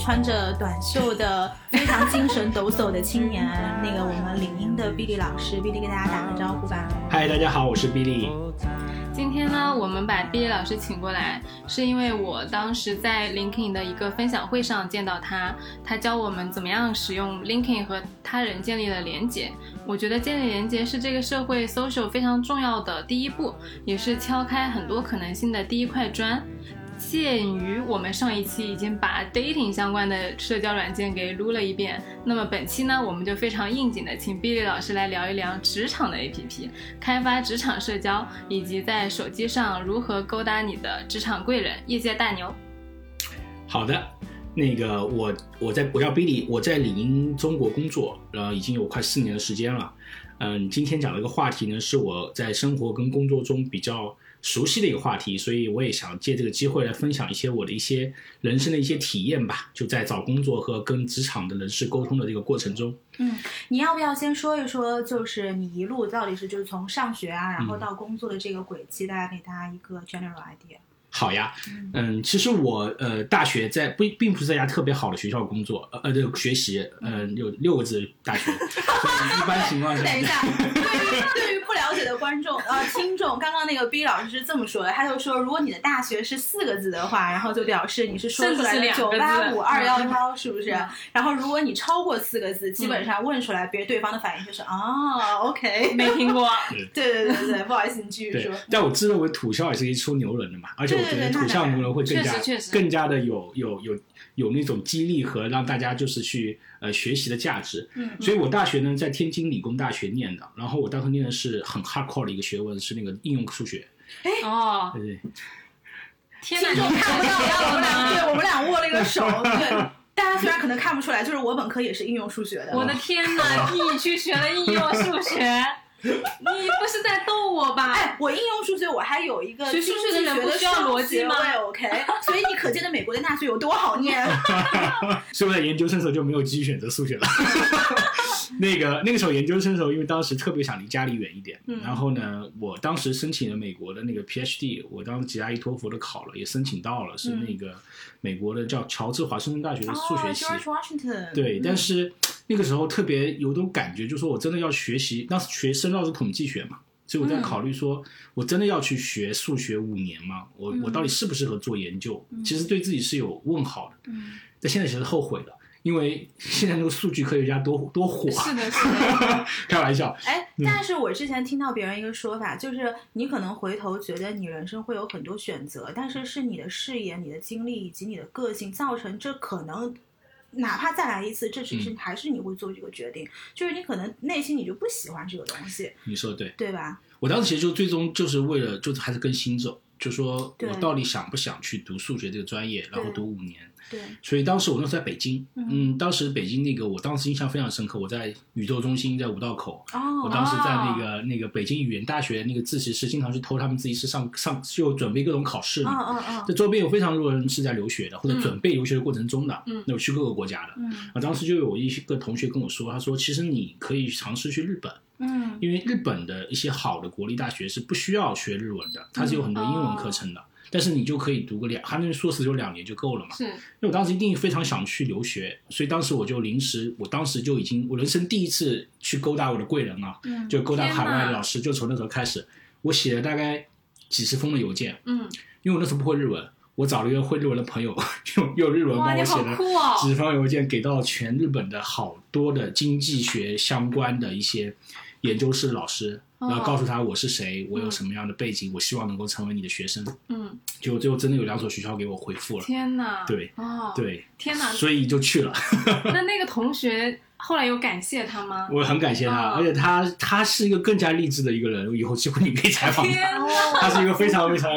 穿着短袖的非常精神抖擞的青年，那个我们领英的毕利老师，毕利跟大家打个招呼吧。嗨，大家好，我是毕利。今天呢，我们把毕业老师请过来，是因为我当时在 LinkedIn 的一个分享会上见到他，他教我们怎么样使用 LinkedIn 和他人建立了连接。我觉得建立连接是这个社会 social 非常重要的第一步，也是敲开很多可能性的第一块砖。鉴于我们上一期已经把 dating 相关的社交软件给撸了一遍，那么本期呢，我们就非常应景的请毕利老师来聊一聊职场的 APP，开发职场社交，以及在手机上如何勾搭你的职场贵人、业界大牛。好的，那个我我在我叫 Billy，我在理应中国工作，呃，已经有快四年的时间了。嗯，今天讲的一个话题呢，是我在生活跟工作中比较熟悉的一个话题，所以我也想借这个机会来分享一些我的一些人生的一些体验吧，就在找工作和跟职场的人士沟通的这个过程中。嗯，你要不要先说一说，就是你一路到底是就是从上学啊，然后到工作的这个轨迹，大家给大家一个 general idea。好呀，嗯，其实我呃大学在不并不是在一家特别好的学校工作，呃呃对学习，嗯、有六个字 大学，所以一般情况下，等一下，对于对于不了解的观众 呃听众，刚刚那个 B 老师是这么说的，他就说，如果你的大学是四个字的话，然后就表示你是说出来甚的至是九两个字八五二幺幺，嗯是不是嗯？然后如果你超过四个字，基本上问出来，别人对方的反应就是哦 ，OK，没听过，对对对对，不好意思，你继续对说。，但我自认为土校也是一出牛人的嘛，而且我对对觉对得那土校当然牛人会更加确实确实更加的有有有有那种激励和让大家就是去呃学习的价值。嗯所以我大学呢在天津理工大学念的，然后我当时念的是很 hardcore 的一个学问，是那个应用数学。哦，对对，天哪，听众你看不到我了们俩，吗？对我们俩握了一个 手，对。大家虽然可能看不出来，就是我本科也是应用数学的。 我的天哪，你去学了应用数学，你不是在逗我吧？哎，我应用数学我还有一个学数学的人经济学不需要双逻辑学吗位？OK，所以 你可见的美国的大学有多好 念。所以我在研究生的时候就没有继续选择数学了。 那个那个时候研究生的时候，因为当时特别想离家里远一点，嗯然后呢，我当时申请了美国的那个 PhD，我当时吉拉伊托福的考了，也申请到了，嗯是那个美国的叫乔治华盛顿大学的数学系。哦、George Washington。嗯对，但是那个时候特别有种感觉，就说我真的要学习，当时学深造是统计学嘛，所以我在嗯考虑说，我真的要去学数学五年吗？我我到嗯底适不适合做研究？其实对自己是有问号的。嗯但现在其实后悔了，因为现在那个数据科学家多多火啊！是的，是的。 开玩笑，哎，嗯但是我之前听到别人一个说法，就是你可能回头觉得你人生会有很多选择，但是是你的视野、你的经历以及你的个性造成这可能。哪怕再来一次，这只嗯是还是你会做这个决定，就是你可能内心你就不喜欢这个东西，你说的对。对吧？我当时其实就最终就是为了，就是还是跟新手，就说对我到底想不想去读数学这个专业，然后对读五年。对，所以当时我那时候在北京，嗯嗯，当时北京那个我当时印象非常深刻，我在宇宙中心在五道口，我哦，当时在那个那个北京语言大学那个自习室，经常去偷他们自习室上上就准备各种考试嗯嘛。嗯嗯，这周边有非常多人是在留学的，或者嗯准备留学的过程中的，嗯那我去各个国家的。嗯啊，当时就有一个同学跟我说，他说其实你可以尝试去日本，嗯因为日本的一些好的国立大学是不需要学日文的，它是有很多英文课程的。哦但是你就可以读个两，他那硕士就两年就够了嘛。是，因为我当时一定非常想去留学，所以当时我就临时，我当时就已经我人生第一次去勾搭我的贵人啊，嗯就勾搭天海外的哪老师，就从那时候开始，我写了大概几十封的邮件，嗯，因为我那时候不会日文，我找了一个会日文的朋友，用用日文哇，帮你我写好了酷哦！纸方邮件给到全日本的好多的经济学相关的一些研究室老师，哦然后告诉他我是谁，我有什么样的背景，我希望能够成为你的学生。嗯，结果最后真的有两所学校给我回复了，天哪，对，哦，，对，天哪！所以就去了。 那那个同学后来有感谢他吗？我很感谢他，哦而且他他是一个更加励志的一个人，以后机会你可以采访他。哦天啊哪， 他是一个非常非常，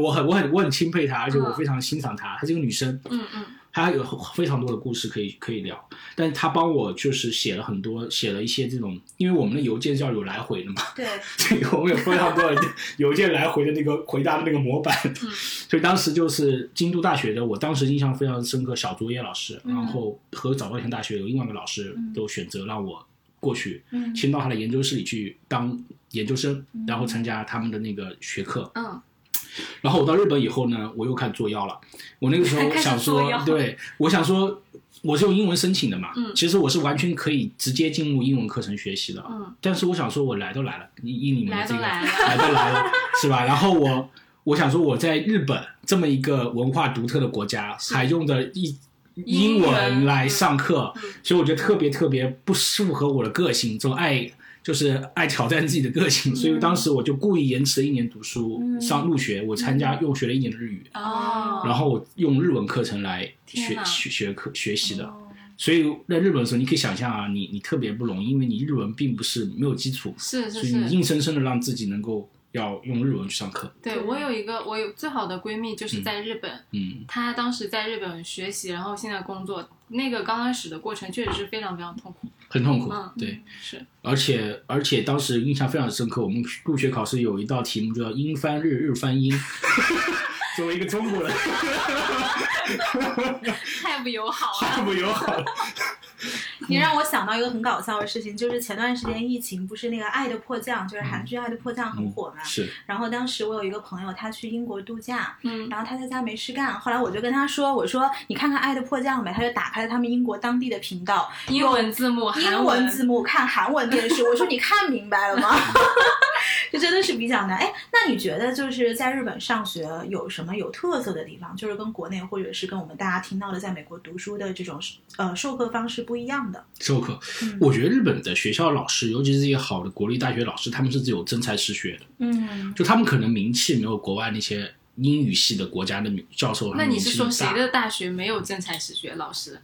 我很我很我很钦佩他，而且我非常欣赏他。她是一个女生，嗯嗯，他有非常多的故事可以可以聊，但他帮我就是写了很多，写了一些这种，因为我们的邮件是要有来回的嘛，对，所以 我们有非常多的邮件来回的那个回答的那个模板，嗯 所以当时就是京都大学的，我当时印象非常深刻，小卓也老师，嗯然后和早稻田大学有另外一个老师都选择让我过去，嗯先到他的研究室里去当研究生，然后参加他们的那个学课，嗯，然后我到日本以后呢，我又开始作妖了。我那个时候 开始想作说妖，对我想说，我是用英文申请的嘛，嗯其实我是完全可以直接进入英文课程学习的。嗯，但是我想说，我来都来了，以以你们来的这都个来了，来都 来了，是吧？然后我我想说，我在日本这么一个文化独特的国家，是还用的一英英文文来上课，嗯所以我觉得特别特别不适合我的个性，这种爱就是爱挑战自己的个性，嗯所以当时我就故意延迟了一年读书，嗯上入学，我参加又学了一年的日语，嗯哦，然后我用日文课程来天学哪学学课学习的。哦所以在日本的时候，你可以想象啊，你你特别不容易，因为你日文并不是没有基础，是是所以你是，硬生生的让自己能够要用日文去上课。对我有一个我有最好的闺蜜就是在日本，嗯，她当时在日本学习，然后现在工作，那个刚开始的过程确实是非常非常痛苦。很痛苦，嗯，对，是，而且而且当时印象非常深刻，我们入学考试有一道题目叫“英翻日，日翻英”， 作为一个中国人， 太不友好了。太不友好了。你让我想到一个很搞笑的事情，就是前段时间疫情不是那个《爱的迫降》，就是韩剧《爱的迫降》很火嘛。是，然后当时我有一个朋友，他去英国度假，嗯，然后他在家没事干，后来我就跟他说，我说你看看《爱的迫降》呗，他就打开了他们英国当地的频道，英文字幕，韩英文字幕看韩文电视，我说你看明白了吗？ 这真的是比较难。哎，那你觉得就是在日本上学有什么有特色的地方？就是跟国内或者是跟我们大家听到的在美国读书的这种呃授课方式不一样的？授课。嗯我觉得日本的学校老师，尤其是这些好的国立大学老师，他们是有真才实学的，嗯，就他们可能名气没有国外那些英语系的国家的教授他那们你名是气说么大谁的大学没有真才实学老师？，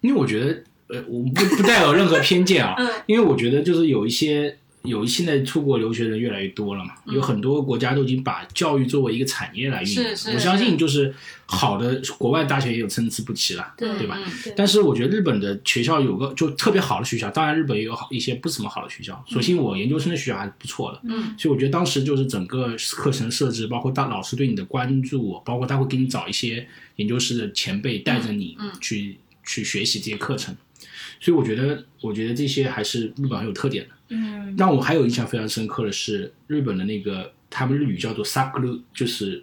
因为我觉得，呃，我不不带有任何偏见啊 嗯因为我觉得就是有一些有一现在出国留学的人越来越多了嘛，嗯有很多国家都已经把教育作为一个产业来运营是是，我相信就是好的国外大学也有参差不齐啦。对对吧嗯对但是我觉得日本的学校有个就特别好的学校，当然日本也有好一些不怎么好的学校。所幸我研究生的学校还是不错的，嗯所以我觉得当时就是整个课程设置，包括大老师对你的关注，包括他会给你找一些研究室的前辈带着你嗯去、去学习这些课程。所以我觉得，我觉得这些还是日本很有特点的。嗯让我还有印象非常深刻的是，日本的那个他们日语叫做 s a k u r 就是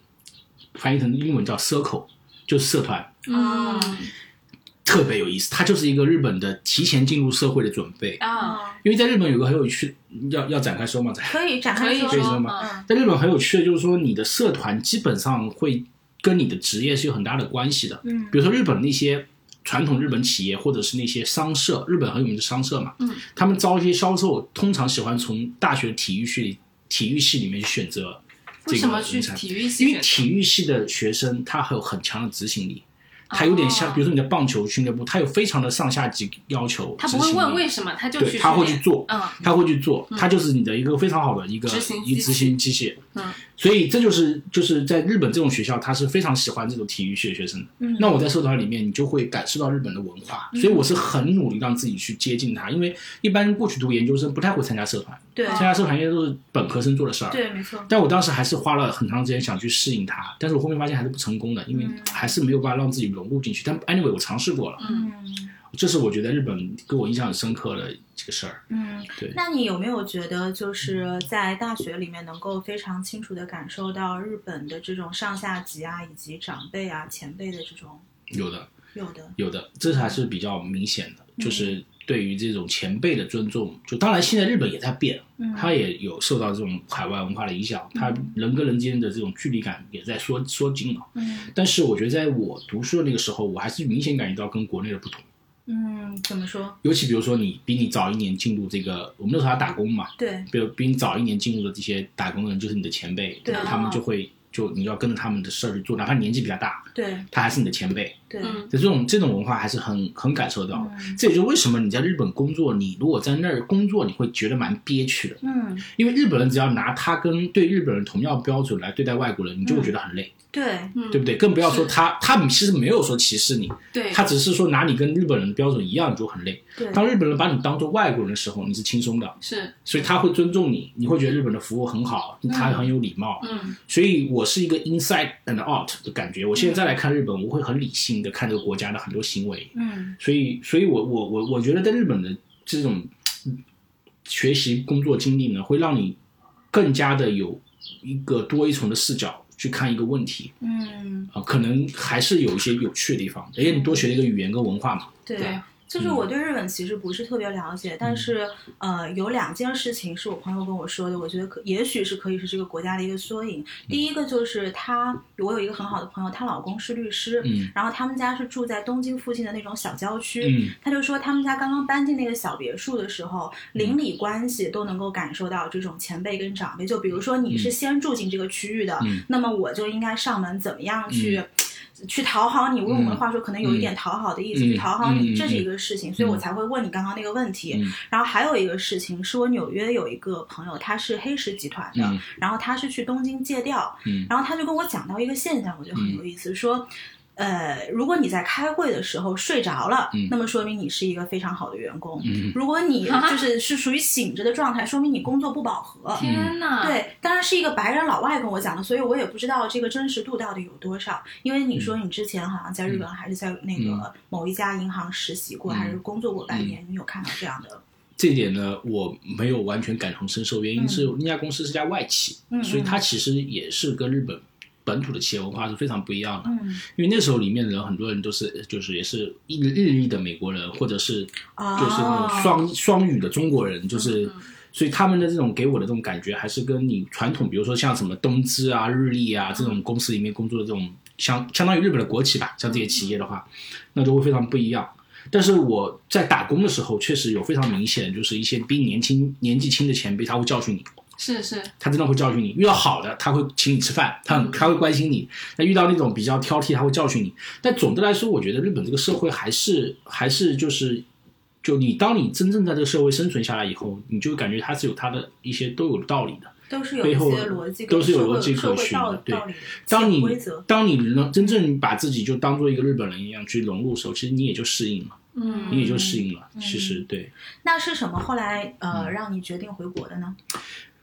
翻译成英文叫 circle，就是社团，嗯特别有意思。它就是一个日本的提前进入社会的准备，啊，啊，因为在日本有个很有趣，要要展开说嘛，展可以展可开以说可以说说吗吗？嗯在日本很有趣的就是说，你的社团基本上会跟你的职业是有很大的关系的。嗯比如说日本那些传统日本企业，或者是那些商社，日本很有名的商社嘛，嗯，他们招一些销售，通常喜欢从大学体育系体育系里面选择为这什个么去人才。体育因系为体育系的学生，他很有很强的执行力，他有点像，哦比如说你的棒球训练部，他有非常的上下级要求，他不会问为什什么，他就对去他训会去练做嗯他会去做，他就是你的一个非常好的一个执行机一器执行机械。嗯，所以这就是就是在日本这种学校，他是非常喜欢这种体育系的学生的。嗯那我在社团里面，你就会感受到日本的文化，嗯所以我是很努力让自己去接近它，因为一般过去读研究生不太会参加社团，对参加社团应该都是本科生做的事儿。对，没错，但我当时还是花了很长时间想去适应它，但是我后面发现还是不成功的，因为嗯还是没有办法让自己融入进去。但 anyway，我尝试过了，嗯这是我觉得日本给我印象很深刻的这个事儿。嗯对，那你有没有觉得，就是在大学里面能够非常清楚的感受到日本的这种上下级啊，以及长辈啊、前辈的这种有的，有的，有的，这还是比较明显的，嗯就是对于这种前辈的尊重。就当然，现在日本也在变，嗯它也有受到这种海外文化的影响，它人跟人之间的这种距离感也在缩缩紧了。嗯但是我觉得，在我读书的那个时候，我还是明显感觉到跟国内的不同。嗯，怎么说？尤其比如说你比你早一年进入这个，我们那时候还打工嘛，对，比如比你早一年进入的这些打工的人就是你的前辈，对啊他们就会就你要跟着他们的事儿去做，哪怕年纪比较大，对，他还是你的前辈。对，嗯这种这种文化还是很很感受到的。嗯这也就是为什么你在日本工作，你如果在那儿工作，你会觉得蛮憋屈的，嗯，因为日本人只要拿他跟对日本人同样标准来对待外国人，你就会觉得很累，对，嗯，对不对？更不要说是他，他其实没有说歧视你，嗯对，他只是说拿你跟日本人的标准一样，你就很累。对，当日本人把你当做外国人的时候，你是轻松的，是所以他会尊重你，你会觉得日本的服务很好，他很有礼貌。嗯所以我是一个 inside and out 的感觉。我现在再来看日本，我会很理性的看这个国家的很多行为，嗯所以，所以我我我我觉得在日本的这种嗯学习工作经历呢，会让你更加的有一个多一重的视角去看一个问题嗯，啊、可能还是有一些有趣的地方，因为你多学了一个语言跟文化嘛。对对。就是嗯我对日本其实不是特别了解，但是呃，有两件事情是我朋友跟我说的，我觉得可也许是可以是这个国家的一个缩嗯影。第一个就是她，我有一个很好的朋友，她老公是律师，嗯然后他们家是住在东京附近的那种小郊区，嗯他就说他们家刚刚搬进那个小别墅的时候，嗯邻里关系都能够感受到这种前辈跟长辈。就比如说你是先住进这个区域的，嗯那么我就应该上门怎么样去、去讨好你？用我们的话说，可能有一点讨好的意思，嗯去讨好你，嗯嗯这是一个事情，所以我才会问你刚刚那个问题。嗯然后还有一个事情是我纽约有一个朋友，他是黑石集团的，嗯然后他是去东京借调，嗯然后他就跟我讲到一个现象，我觉得很有意思，说。呃，如果你在开会的时候睡着了，嗯那么说明你是一个非常好的员工；嗯如果你就是是属于醒着的状态，说明你工作不饱和。嗯天呐，，对，当然是一个白人老外跟我讲的，所以我也不知道这个真实度到底有多少。因为你嗯说你之前好像在日本还是在那个某一家银行实习过，嗯还是工作过半年，你有看到这样的？这一点呢，我没有完全感同身受，原因嗯是那家公司是家外企，嗯嗯所以它其实也是跟日本本土的企业文化是非常不一样的。嗯因为那时候里面的人，很多人都是就是也是日日裔的美国人，或者是啊，就是那种双、双语的中国人，就是。所以他们的这种给我的这种感觉，还是跟你传统，比如说像什么东芝啊、日立啊这种公司里面工作的这种相相当于日本的国企吧，像这些企业的话，那就会非常不一样。但是我在打工的时候，确实有非常明显，就是一些比你年轻年纪轻的前辈，他会教训你，是是，他真的会教训你。遇到好的，他会请你吃饭，他嗯很他会关心你；那遇到那种比较挑剔，他会教训你。但总的来说，我觉得日本这个社会还是还是就是，就你当你真正在这个社会生存下来以后，你就感觉它是有它的一些都有道理的。都是有背一后些逻辑跟都是有社会逻辑可社会循的道对道理当你规则。当你能真正把自己就当做一个日本人一样去融入的时候，其实你也就适应了，嗯，你也就适应了。嗯其实对。那是什么后来嗯呃让你决定回国的呢？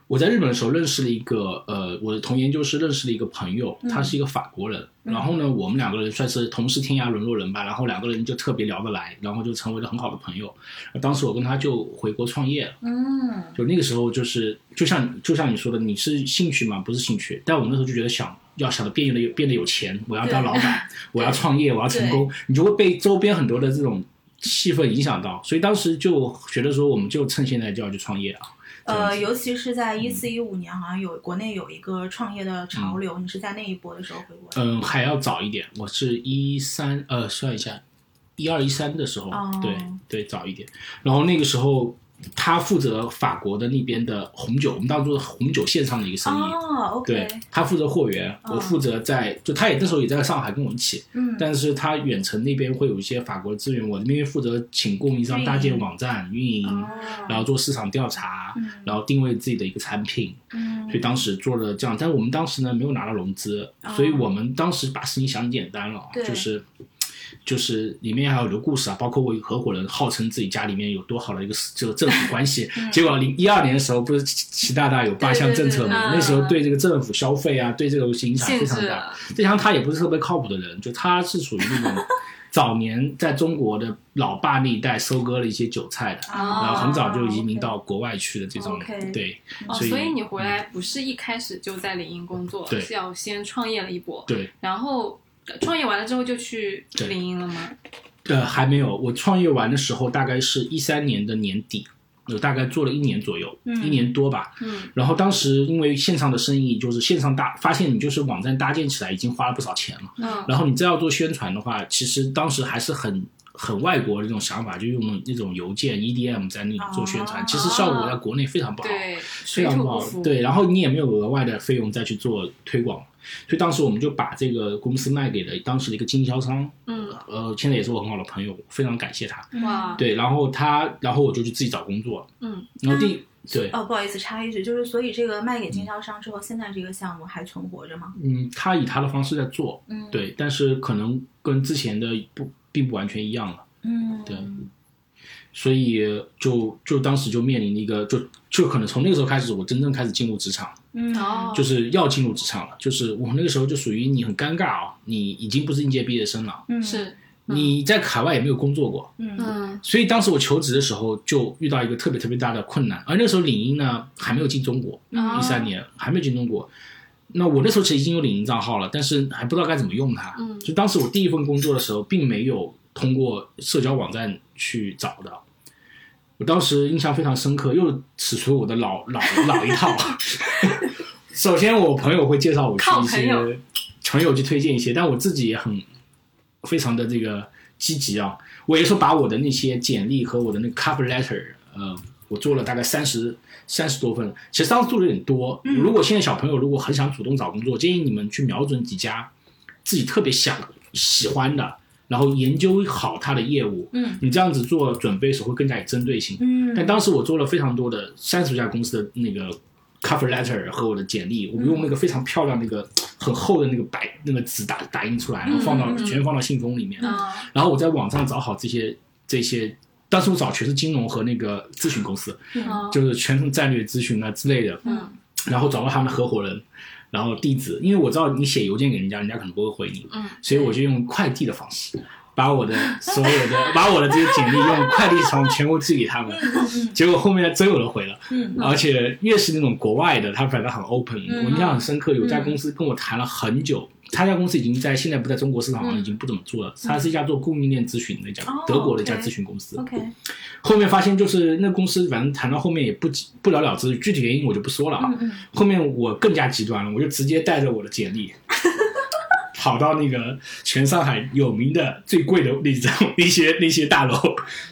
我在日本的时候认识了一个呃，我的同研究室认识了一个朋友，嗯他是一个法国人。嗯然后呢，我们两个人算是同是天涯沦落人吧，然后两个人就特别聊得来，然后就成为了很好的朋友。当时我跟他就回国创业了，嗯就那个时候就是就像就像你说的，你是兴趣嘛，不是兴趣。但我们那时候就觉得想要想的变得有变得有钱，我要 当对老板，我要创业，我要成功，你就会被周边很多的这种气氛影响到。所以当时就觉得说，我们就趁现在就要去创业啊。呃，这样子尤其是在嗯一四一五年，好像有国内有一个创业的潮流，你是在那一波的时候回国的。嗯，还要早一点，我是一三呃，算一下，一二一三的时候，哦对对，早一点。然后那个时候，他负责法国的那边的红酒，我们当做红酒线上的一个生意。哦，OK，对他负责货源，哦我负责在，就他也那时候也在上海跟我一起，嗯，但是他远程那边会有一些法国资源，我那边负责请供应商搭建网站、运营，然后做市场调查，哦嗯然后定位自己的一个产品，嗯所以当时做了这样，但是我们当时呢没有拿到融资，哦所以我们当时把事情想简单了，啊对就是就是里面还有很多故事啊，包括我有合伙人号称自己家里面有多好的一个这个政府 关系，结果零一二年的时候不是习习大大有八项政策嘛，嗯对对对对嗯那时候对这个政府消费啊，对这个影响非限常制大了。再加上他也不是特别靠谱的人，就他是属于 那种早年在中国的老爸那一代收割了一些韭菜的。啊然后很早就移民 OK 到国外去的这种 OK 对，哦，所以嗯所以你回来不是一开始就在领英工作，对是要先创业了一波，对，然后呃创业完了之后就去对领英了吗？呃，还没有。我创业完的时候，大概是一三年的年底，我大概做了一年左右，嗯一年多吧。嗯，然后当时因为线上的生意，就是线上搭，发现你就是网站搭建起来已经花了不少钱了。嗯，然后你再要做宣传的话，其实当时还是很很外国的那种想法，就用那种邮件 EDM 在那里做宣传，哦其实效果在国内非常不好。对，非水常土不不好服，，对，然后你也没有额外的费用再去做推广，所以当时我们就把这个公司卖给了当时的一个经销商，嗯，呃，现在也是我很好的朋友，非常感谢他。嗯哇，对，然后他，然后我就去自己找工作。嗯，然后第、对，哦，不好意思，插一句，就是所以这个卖给经销商之后，现在这个项目还存活着吗？嗯，他以他的方式在做，嗯，，对，但是可能跟之前的不并不完全一样了，嗯，对所以就就当时就面临一个，就就可能从那个时候开始，我真正开始进入职场，嗯，哦就是要进入职场了，就是我那个时候就属于你很尴尬哦，你已经不是应届毕业生了，嗯，是，嗯你在海外也没有工作过，嗯嗯，所以当时我求职的时候就遇到一个特别特别大的困难，而那时候领英呢还没有进中国，嗯一三年还没有进中国，那我那时候其实已经有领英账号了，但是还不知道该怎么用它。嗯就当时我第一份工作的时候，并没有通过社交网站去找的。我当时印象非常深刻，又使出我的老老老一套。 首先，我朋友会介绍我去靠一朋些友朋友去推荐一些，但我自己也很非常的这个积极啊。我也是把我的那些简历和我的那个 cover letter，呃，我做了大概三十三十多份，其实当时做的有点多。嗯如果现在小朋友如果很想主动找工作，建议你们去瞄准几家自己特别想喜欢的，然后研究好他的业务。嗯你这样子做准备的时候会更加有针对性。嗯但当时我做了非常多的三十家公司的那个 cover letter 和我的简历，我用那个嗯非常漂亮、那个很厚的那个白那个纸打打印出来，然后放到嗯嗯嗯全放到信封里面，啊，然后我在网上找好这些这些。当时我找全是金融和那个咨询公司，嗯嗯就是全程战略咨询啊之类的，嗯然后找到他们合伙人，然后地址，因为我知道你写邮件给人家，人家可能不会回你，嗯，所以我就用快递的方式，把我的所有的把我的这些简历用快递从全国寄给他们，结果后面真有人回了，嗯而且越是那种国外的，他反正很 open，、嗯我印象很深刻，有家公司跟我谈了很久。他家公司已经在现在不在中国市场嗯上已经不怎么做了，它是一家做供应链咨询的一家、哦德国的一家 OK 咨询公司。 ，OK，后面发现就是那公司，反正谈到后面也不不了了之，具体原因我就不说了啊。嗯嗯后面我更加极端了，我就直接带着我的简历， 跑到那个全上海有名的最贵的那种那些那些大楼，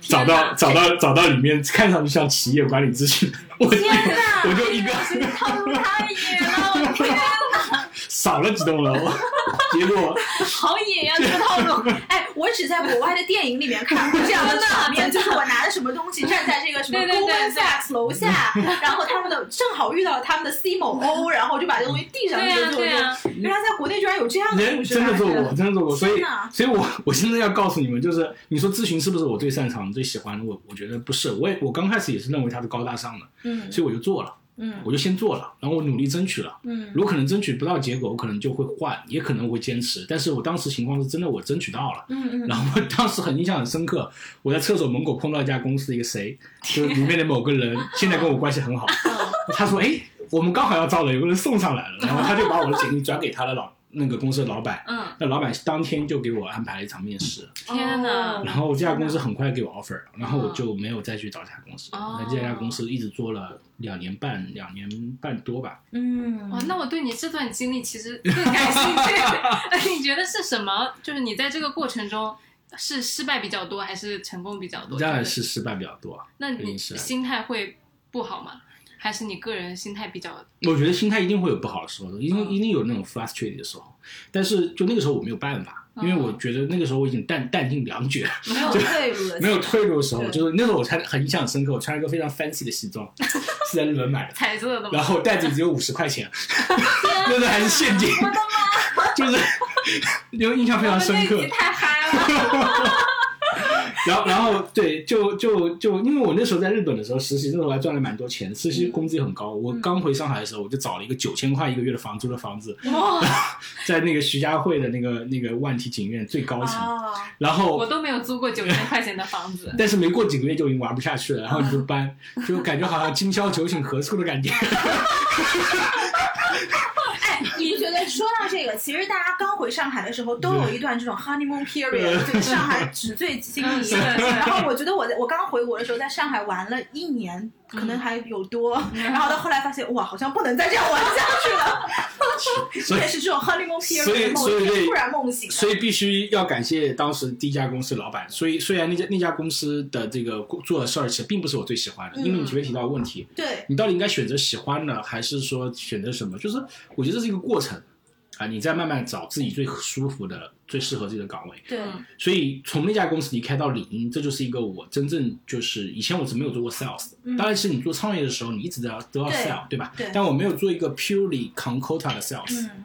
找到找到找到里面看上去像企业管理咨询，我天哪，我就一个这个套路太野了，我天，扫了几栋楼，结果好野呀，这个套路，哎，我只在国外的电影里面看过这样的场面，真的就是我拿着什么东西站在这个什么对对对 Goldman Sachs 楼下，然后他们的正好遇到他们的 C 某 O，然后就把这东西递上去对呀啊就做。对呀就原来在国内居然有这样的人故事真的做发过， 生真的做过，所以天哪，所以我我现在要告诉你们，就是你说咨询是不是我最擅长、最喜欢的？我我觉得不是，我也我刚开始也是认为它是高大上的，嗯所以我就做了，嗯我就先做了，然后我努力争取了。嗯如果可能争取不到结果，我可能就会换，也可能我会坚持。但是我当时情况是真的，我争取到了。嗯嗯 然后我当时很印象很深刻，我在厕所门口碰到一家公司的一个谁，就是里面的某个 人，现在跟我关系很好。嗯他说：“哎，我们刚好要招人，有个人送上来了。”然后他就把我的简历转给他的老那个公司的老板，嗯，那老板当天就给我安排了一场面试，天嗯哪嗯哦然后这家公司很快给我 offer，然后我就没有再去找这家公司。那这家公哦司一直做了两年半，两年半多吧。嗯，哇，那我对你这段经历其实更感兴趣。 你觉得是什么？就是你在这个过程中是失败比较多，还是成功比较多？当然是失败比较多，啊那肯你定是心态会不好吗？还是你个人心态比较我觉得心态一定会有不好的时候，一定嗯一定有那种 frustrated 的时候。但是就那个时候我没有办法，嗯因为我觉得那个时候我已经弹弹尽粮绝，没哦有退路的，没有退路的时候，对就是那时候我穿很印象深刻，我穿了一个非常 fancy 的西 装，是在日本买的，彩色 的然吗？后袋子只有五十块钱， 那时候还是现金， 就是因为印象非我常们那深一刻集。太嗨了。 然后，然后对，就就就因为我那时候在日本的时候实习，那时候还赚了蛮多钱，实习工资也很高。嗯我刚回上海的时候，我就找了一个九千块一个月的房租的房子，哇，在那个徐家汇的那个那个万体景苑最高层，啊，然我后。都没有租过九千块钱的房子 但是没过几个月就已经玩不下去了，然后你就搬，就感觉好像今宵酒醒何处的感 觉。哎，你觉得说到这个，其实大家刚回上海的时候，都有一段这种 honeymoon period，就是上海纸醉金嗯，迷是。的，是然的。后我觉得我在我刚回国的时候，在上海玩了一年，可嗯能还有多，然后到后来发现，哇，好像不能再这样玩下去了。所以也是这种 honeymoon 所 period 以的梦所以境，这突然梦醒了。所以必须要感谢当时第一家公司的老板。所以虽然那家那家公司的这个做的事儿其实并不是我最喜欢的，嗯因为你前面提到的问题，对，你到底应该选择喜欢的，还是说选择什么？就是我觉得这是一个过程啊，你在慢慢找自己最舒服的、最适合自己的岗位。对嗯所以从那家公司离开到领英，这就是一个我真正就是以前我是没有做过 sales 的。嗯当然是你做创业的时候，你一直都要都要对 sell，对吧？对但我没有做一个 purely con quota 的 sales、嗯，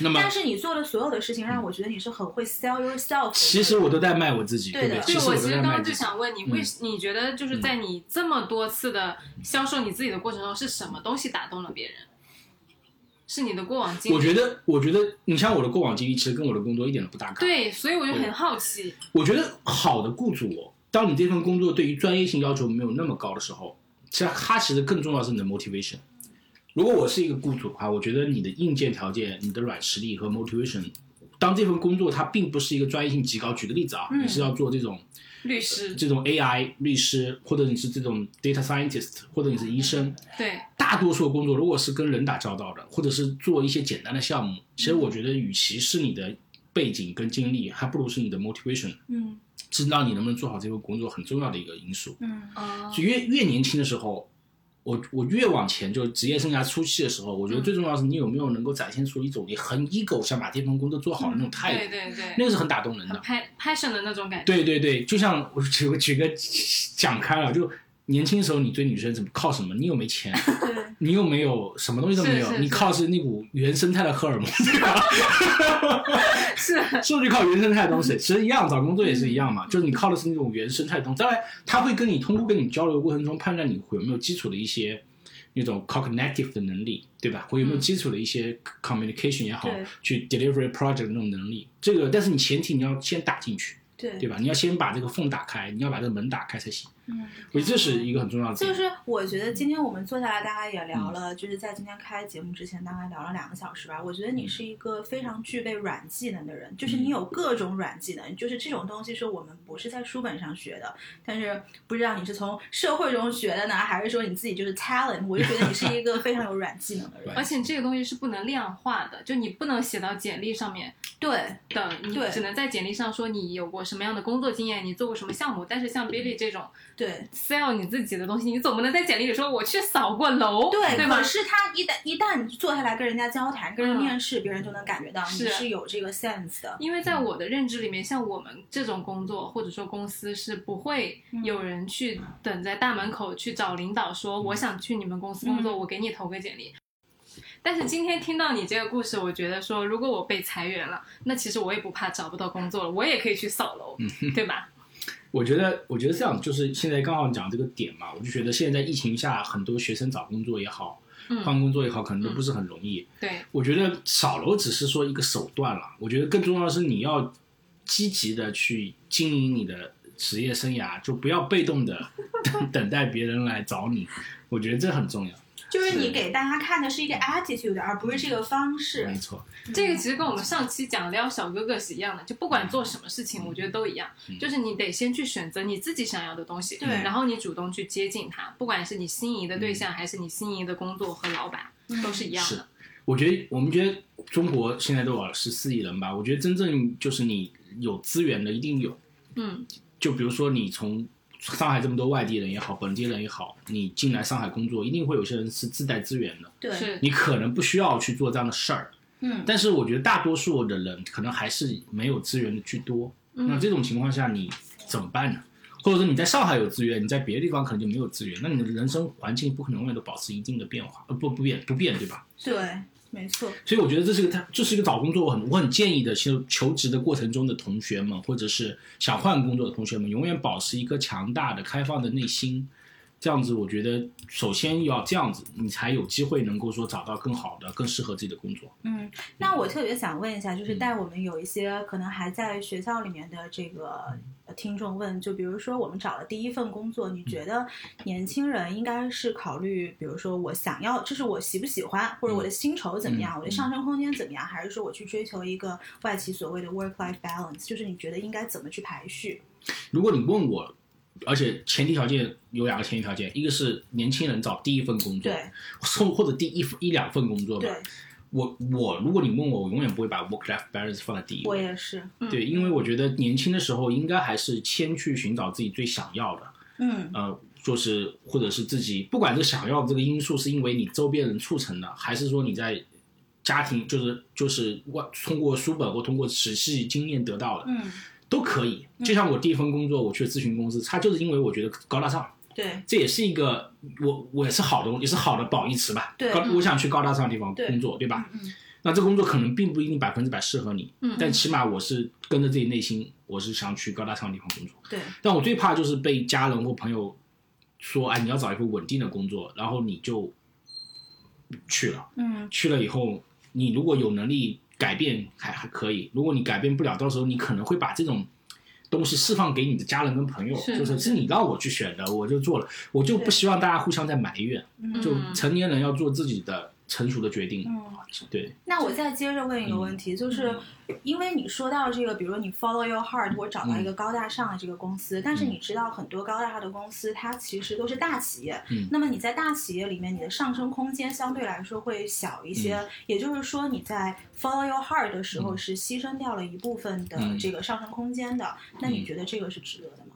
那么但是你做的所有的事情，让我觉得你是很会 sell yourself。其实我都在卖我自己，对对不对？的其对，实我我都其实在刚卖刚就自己。想问你，为嗯什你觉得就是在你这么多次的销售你自己的过程中，是什么东西打动了别人？是你的过往经历？我觉得，我觉得你像我的过往经历，其实跟我的工作一点都不搭嘎。对，所以我就很好奇。我觉得好的雇主哦，当你这份工作对于专业性要求没有那么高的时候，其实它其实更重要的是你的 motivation。如果我是一个雇主的话，我觉得你的硬件条件、你的软实力和 motivation，当这份工作它并不是一个专业性极高，举个例子啊，嗯你是要做这种律师，这种 AI 律师，或者你是这种 data scientist，或者你是医生，对，大多数的工作如果是跟人打交道的，或者是做一些简单的项目，嗯其实我觉得与其是你的背景跟经历，还不如是你的 motivation，嗯知道你能不能做好这份工作很重要的一个因素。嗯哦就越越年轻的时候，我我越往前，就是职业生涯初期的时候，我觉嗯得最重要的是你有没有能够展现出一种你很 ego 想把这份工作做好的那种态对度，对对，那个是很打动人的很。拍 passion 的那种感觉，对对对，就像 我举个举个讲开了，就年轻的时候你追女生怎么靠什么？你又没钱，对，你又没有什么东西都没有，是是你是靠是那股原生态的荷 尔蒙， 对吧？是，说就靠原生态的东西，其实一样，找工作也是一样嗯嘛，就是你靠的是那种原生态的东西。当然，他会跟你通过跟你交流的过程中判断你会有没有基础的一些那种 cognitive 的能力，对吧？会有没有基础的一些 communication 也好嗯对，去 delivery project 的那种能力。这个，但是你前提你要先打进去，对对吧？你要先把这个缝打开，你要把这个门打开才行。嗯。我觉得这是一个很重要的点。就是我觉得今天我们坐下来，大概也嗯聊了，就是在今天开节目之前，大概聊了两个小时吧。我觉得你嗯是一个非常具备软技能的人，就是你有各种软技能，就是这种东西是我们不是在书本上学的，但是不知道你是从社会中学的呢，还是说你自己就是 talent？我就觉得你是一个非常有软技能的 人。而且这个东西是不能量化的，就你不能写到简历上面对，的，你对只能在简历上说你有过什么样的工作经验，你做过什么项目。但是嗯像 Billy 这种对， sell 你自己的东西，你总不能在简历里说我去扫过楼，对，哦对吧可？是他一旦一旦坐下来跟人家交谈、跟人嗯面试，别人就能感觉到你是是有这个 sense 的。因为在我的认知里面，像我们这种工作或者说公司是不会嗯有人去等在大门口去找领导说我想去你们公司工作，嗯我给你投个简历。但是今天听到你这个故事，我觉得说，如果我被裁员了，那其实我也不怕找不到工作了，我也可以去扫楼，嗯对吧？我觉得，我觉得这样就是现在刚好讲这个点嘛，我就觉得现在在疫情下，很多学生找工作也好，嗯，换工作也好，可能都不是很容易。对，我觉得扫楼只是说一个手段了，我觉得更重要的是你要积极的去经营你的职业生涯，就不要被动的等等待别人来找你，我觉得这很重要。就是你是给大家看的是一个嗯 attitude，而不是这个方式。没错，这个其实跟我们上期讲撩小哥哥是一样的，就不管做什么事情，我觉得都一样，就是你得先去选择你自己想要的东西，对然后你主动去接近他，不管是你心仪的对象，还是你心仪的工作和老板，都是一样是的。。我觉得我们觉得中国现在多少十四亿人吧，我觉得真正就是你有资源的一定有，嗯，就比如说你从上海这么多外地人也好，本地人也好，你进来上海工作，一定会有些人是自带资源的，对，是你可能不需要去做这样的事儿。嗯，但是我觉得大多数的人可能还是没有资源的居多。那这种情况下你怎么办呢？或者说你在上海有资源，你在别的地方可能就没有资源，那你的人生环境不可能永远都保持一定的变化，呃，不不变不变，对吧？对，没错，所以我觉得这是个他这是一个找工作，我很我很建议的，求求职的过程中的同学们，或者是想换工作的同学们，永远保持一个强大的、开放的内心。这样子，我觉得首先要这样子，你才有机会能够说找到更好的、更适合自己的工作。嗯。那我特别想问一下，就是带我们有一些可能还在学校里面的这个呃听众问，就比如说我们找了第一份工作，你觉得年轻人应该是考虑，比如说我想要，这是我喜不喜欢，或者我的薪酬怎么样，嗯我的上升空间怎么样，还是说我去追求一个外企所谓的 work-life balance，就是你觉得应该怎么去排序？如果你问我，而且前提条件有两个前提条件，一个是年轻人找第一份工作，对或或者第一一两份工作吧对。，我我如果你问我，我永远不会把 work life balance 放在第一我位。也是，对，因为我觉得年轻的时候应该还是先去寻找自己最想要的，嗯，呃，就是或者是自己不管这个想要的这个因素是因为你周边人促成的，还是说你在家庭就是就是外通过书本或通过实际经验得到的，嗯，都可以。就像我第一份工作，我去咨询公司，它就是因为我觉得高大上，对这也是一个我我也是好的，也是好的褒义词吧。对高嗯我想去高大上的地方对工作，对吧？嗯那这工作可能并不一定百分之百适合你，嗯但起码我是跟着自己内心，我是想去高大上的地方工作。对，但我最怕就是被家人或朋友说，哎，你要找一份稳定的工作，然后你就去了，嗯，去了以后，你如果有能力改变还还可以，如果你改变不了，到时候你可能会把这种东西释放给你的家人跟朋友，是就是是你让我去选的，我就做了，我就不希望大家互相在埋怨，嗯就成年人要做自己的成熟的决定，嗯，对，那我再接着问一个问题，就是嗯因为你说到这个，比如你 follow your heart，我找到嗯一个高大上的这个公司，但是你知道很多高大上的公司，它其实都是大企业。嗯那么你在大企业里面，你的上升空间相对来说会小一些，嗯也就是说你在 follow your heart 的时候是牺牲掉了一部分的嗯这个上升空间的。那你觉得这个是值得的吗？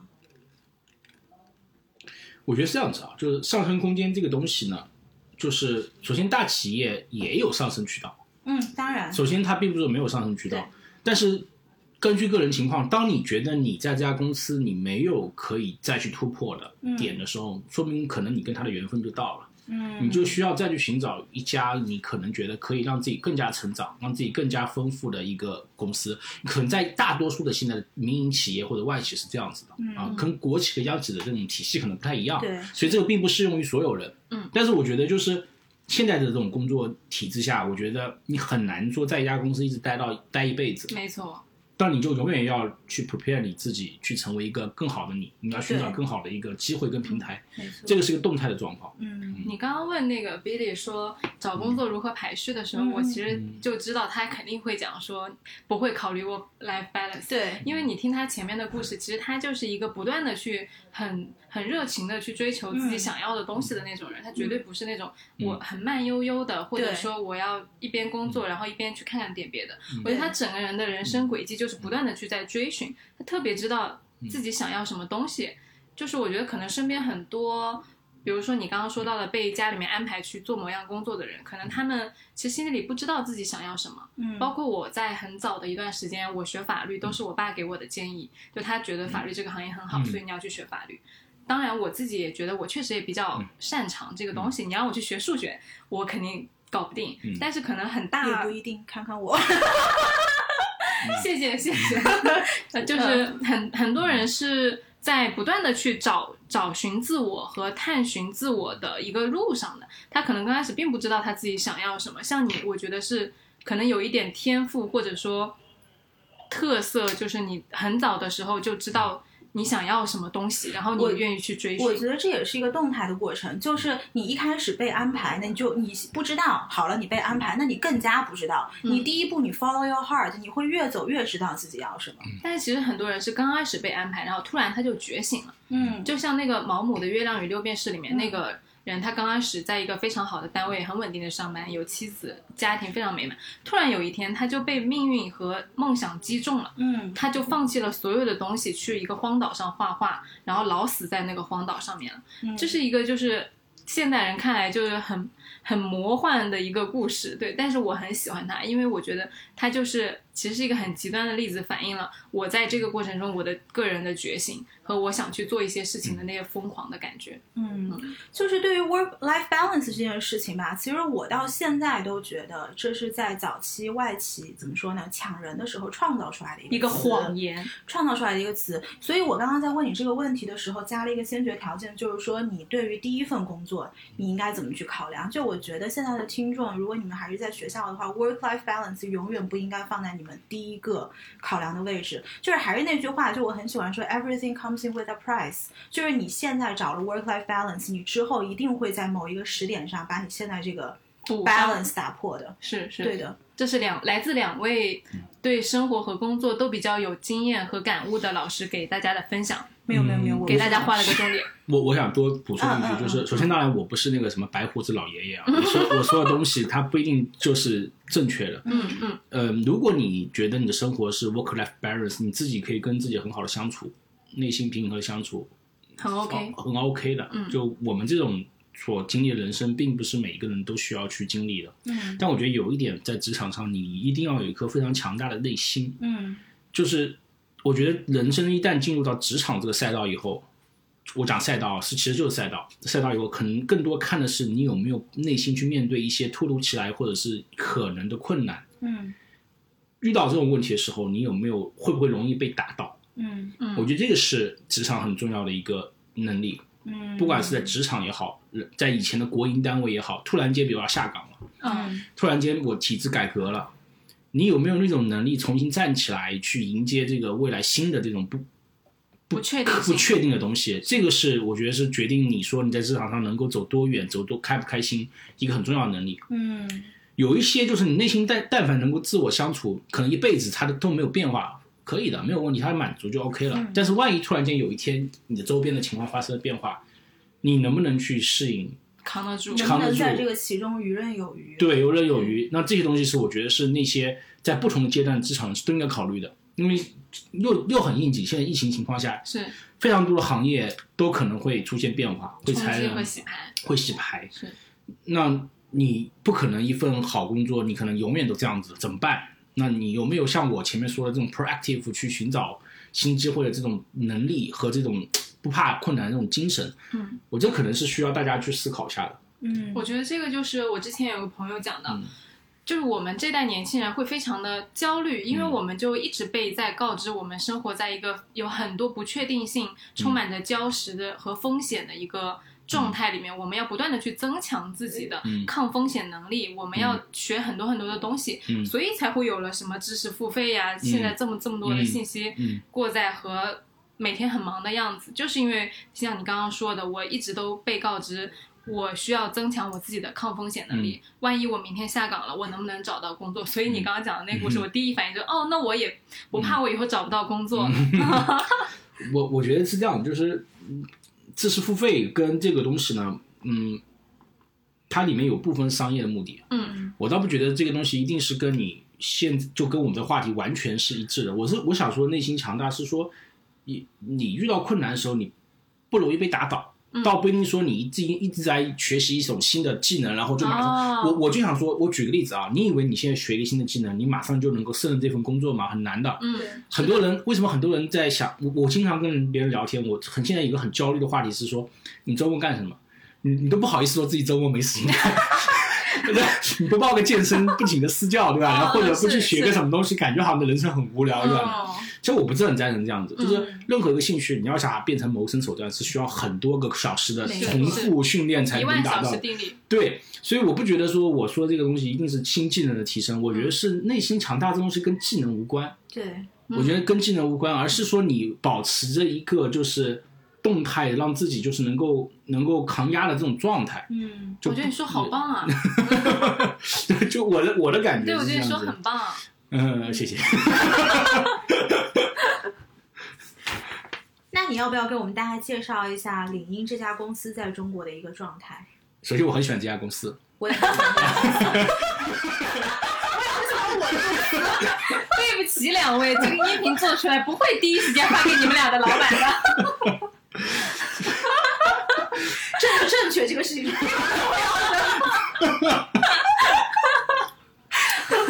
我觉得是这样子啊，就是上升空间这个东西呢，就是首先大企业也有上升渠道，嗯，当然，首先它并不是没有上升渠对道，但是根据个人情况，当你觉得你在这家公司你没有可以再去突破的点的时候，说明可能你跟他的缘分就到了，嗯，你就需要再去寻找一家你可能觉得可以让自己更加成长、让自己更加丰富的一个公司。可能在大多数的现在的民营企业或者外企是这样子的、啊，跟国企和央企的这种体系可能不太一样，嗯对所以这个并不适用于所有人。嗯，但是我觉得就是现在的这种工作体制下，我觉得你很难说在一家公司一直待到待一辈子，没错，但你就永远要去 prepare 你自己去成为一个更好的你，你要寻找对嗯更好的一个机会跟平台，没错，这个是一个动态的状况。嗯你刚刚问那个 Billy 说找工作如何排序的时候，嗯我其实就知道他肯定会讲说不会考虑 work life balance，对，因为你听他前面的故事，其实他就是一个不断的去很很热情的去追求自己嗯想要的东西的那种人，他绝对不是那种我很慢悠悠的，或者对说我要一边工作然后一边去看看点别的。我觉得他整个人的人生轨迹就是不断的去在追寻，他特别知道自己想要什么东西。就是我觉得可能身边很多。比如说你刚刚说到的被家里面安排去做某样工作的人，可能他们其实心里不知道自己想要什么，嗯，包括我在很早的一段时间，我学法律都是我爸给我的建议，就他觉得法律这个行业很好，嗯所以你要去学法律。当然，我自己也觉得我确实也比嗯较擅长这个东西。你让我去学数学，我肯定搞不定。嗯但是可能很大也不，一定，看看我， 谢谢谢谢， 呃就是嗯很很多人是在不断的去找找寻自我和探寻自我的一个路上的。他可能刚开始并不知道他自己想要什么。像你，我觉得是可能有一点天赋，或者说特色，就是你很早的时候就知道你想要什么东西，然后嗯我你愿意去追我寻。觉得这也是一个动态的过程，嗯就是你一开始被安排，那你就你不知道，好了，你被安排，那你更加不知道。嗯你第一步你 follow your heart，你会越走越知道自己要什么。但是其实很多人是刚开始被安排，然后突然他就觉醒了。嗯，就像那个毛姆的《月亮与六便士》里面、嗯那个人，他刚开始在一个非常好的单位，很稳定的上班，有妻子，家庭非常美满。突然有一天，他就被命运和梦想击中了。嗯他就放弃了所有的东西，去一个荒岛上画画，然后老死在那个荒岛上面了。嗯这是一个就是现代人看来就是很很魔幻的一个故事，对。但是我很喜欢它，因为我觉得它就是其实是一个很极端的例子，反映了我在这个过程中我的个人的觉醒和我想去做一些事情的那些疯狂的感觉。嗯，就是对于 work life balance 这件事情吧，其实我到现在都觉得这是在早期外企怎么说呢，抢人的时候创造出来的一一个词谎言，创造出来的一个词。所以我刚刚在问你这个问题的时候，加了一个先决条件，就是说你对于第一份工作，你应该怎么去考量？就我觉得现在的听众，如果你们还是在学校的话，work-life balance 永远不应该放在你们第一个考量的位置。就是还是那句话，就我很喜欢说，everything comes in with a price。就是你现在找了 work-life balance，你之后一定会在某一个时点上把你现在这个补上 balance 打破的。是是对的，这是两来自两位对生活和工作都比较有经验和感悟的老师给大家的分享，没有没有没有，我给大家画了个重 点。我我想多补充一嗯嗯句，嗯就是首先，当然我不是那个什么白胡子老爷 爷啊，我说我说的东西它不一定就是正确的。嗯嗯，嗯，如果你觉得你的生活是 work life balance，你自己可以跟自己很好的相处，内心平和相处，很 OK。很 OK 的。嗯就我们这种所经历的人生，并不是每一个人都需要去经历的。嗯但我觉得有一点，在职场上，你一定要有一颗非常强大的内心。嗯就是我觉得人生一旦进入到职场这个赛道以后，我讲赛道啊是其实就是赛道，赛道以后可能更多看的是你有没有内心去面对一些突如其来或者是可能的困难。嗯遇到这种问题的时候，你有没有会不会容易被打倒？嗯嗯，我觉得这个是职场很重要的一个能力，嗯，不管是在职场也好，在以前的国营单位也好，突然间比如要下岗了，嗯突然间我体制改革了，你有没有那种能力重新站起来去迎接这个未来新的这种不不确定不性，确定的东西，这个是我觉得是决定你说你在职场上能够走多远、走多开不开心一个很重要的能力。嗯，有一些就是你内心但但凡能够自我相处，可能一辈子他的都没有变化，可以的，没有问题，他满足就 OK 了。嗯但是万一突然间有一天你的周边的情况发生了变化，你能不能去适嗯应？扛得住。能扛不得能住在这个其中游刃有余？，对，游刃有余。那这些东西是我觉得是那些在不同的阶段职场是都应该考虑的，因为又又很应景，现在疫情情况下，是非常多的行业都可能会出现变化，会冲裁击员和，洗牌，会洗牌是。那你不可能一份好工作，你可能永远都这样子，怎么办？那你有没有像我前面说的这种 proactive 去寻找新机会的这种能力和这种不怕困难的这种精神？嗯，我觉得可能是需要大家去思考一下的。嗯，我觉得这个就是我之前有个朋友讲的，嗯就是我们这代年轻人会非常的焦虑，因为嗯我们就一直被在告知我们生活在一个有很多不确定性、嗯充满着礁石的和风险的一个状态里面，我们要不断的去增强自己的嗯抗风险能力，我们要学很多很多的东西，嗯所以才会有了什么知识付费呀、现在这么这么多的嗯信息，嗯过在和每天很忙的样子，就是因为像你刚刚说的，我一直都被告知我需要增强我自己的抗风险能力。万一我明天下岗了，我能不能找到工作？所以你刚刚讲的那个故事，嗯嗯我第一反应就哦，那我也不怕我以后找不到工嗯作。我我觉得是这样，就是嗯知识付费跟这个东西呢，嗯，它里面有部分商业的目的，嗯我倒不觉得这个东西一定是跟你现就跟我们的话题完全是一致的。我是我想说，内心强大是说，你你遇到困难的时候，你不容易被打倒，嗯倒不一定说你一直一直在学习一种新的技能，然后就马上。哦我我就想说，我举个例子啊，你以为你现在学一个新的技能，你马上就能够胜任这份工作吗？很难的。嗯很多人为什么很多人在想我？我经常跟别人聊天，我很现在有一个很焦虑的话题是说，你周末干什么？你你都不好意思说自己周末没 事情干，对吧你不报个健身不请个私教，对吧？哦然后或者不是去学个是什么东西，感觉好像人生很无聊，对吧？哦，其实我不是很赞成这样子，就是嗯任何一个兴趣，你要想变成谋生手段，是需要很多个小时的没错重复训练才一能万达小时到的。定律。对，所以我不觉得说我说这个东西一定是新技能的提升，我觉得是内心强大这东西跟技能无关。对，我嗯觉得跟技能无关，而是说你保持着一个就是动态，让自己就是能够能够扛压的这种状态。 嗯，就我觉得你说好棒 啊！就就我的我的感对，觉我是觉这得你样说子。很棒 啊！嗯，谢谢。那你要不要给我们大家介绍一下领英这家公司在中国的一个状态？首先，我很喜欢这家公司，我也我对不起，两位，这个音频做出来不会第一时间发给你们俩的老板的，正不正确这个事 情，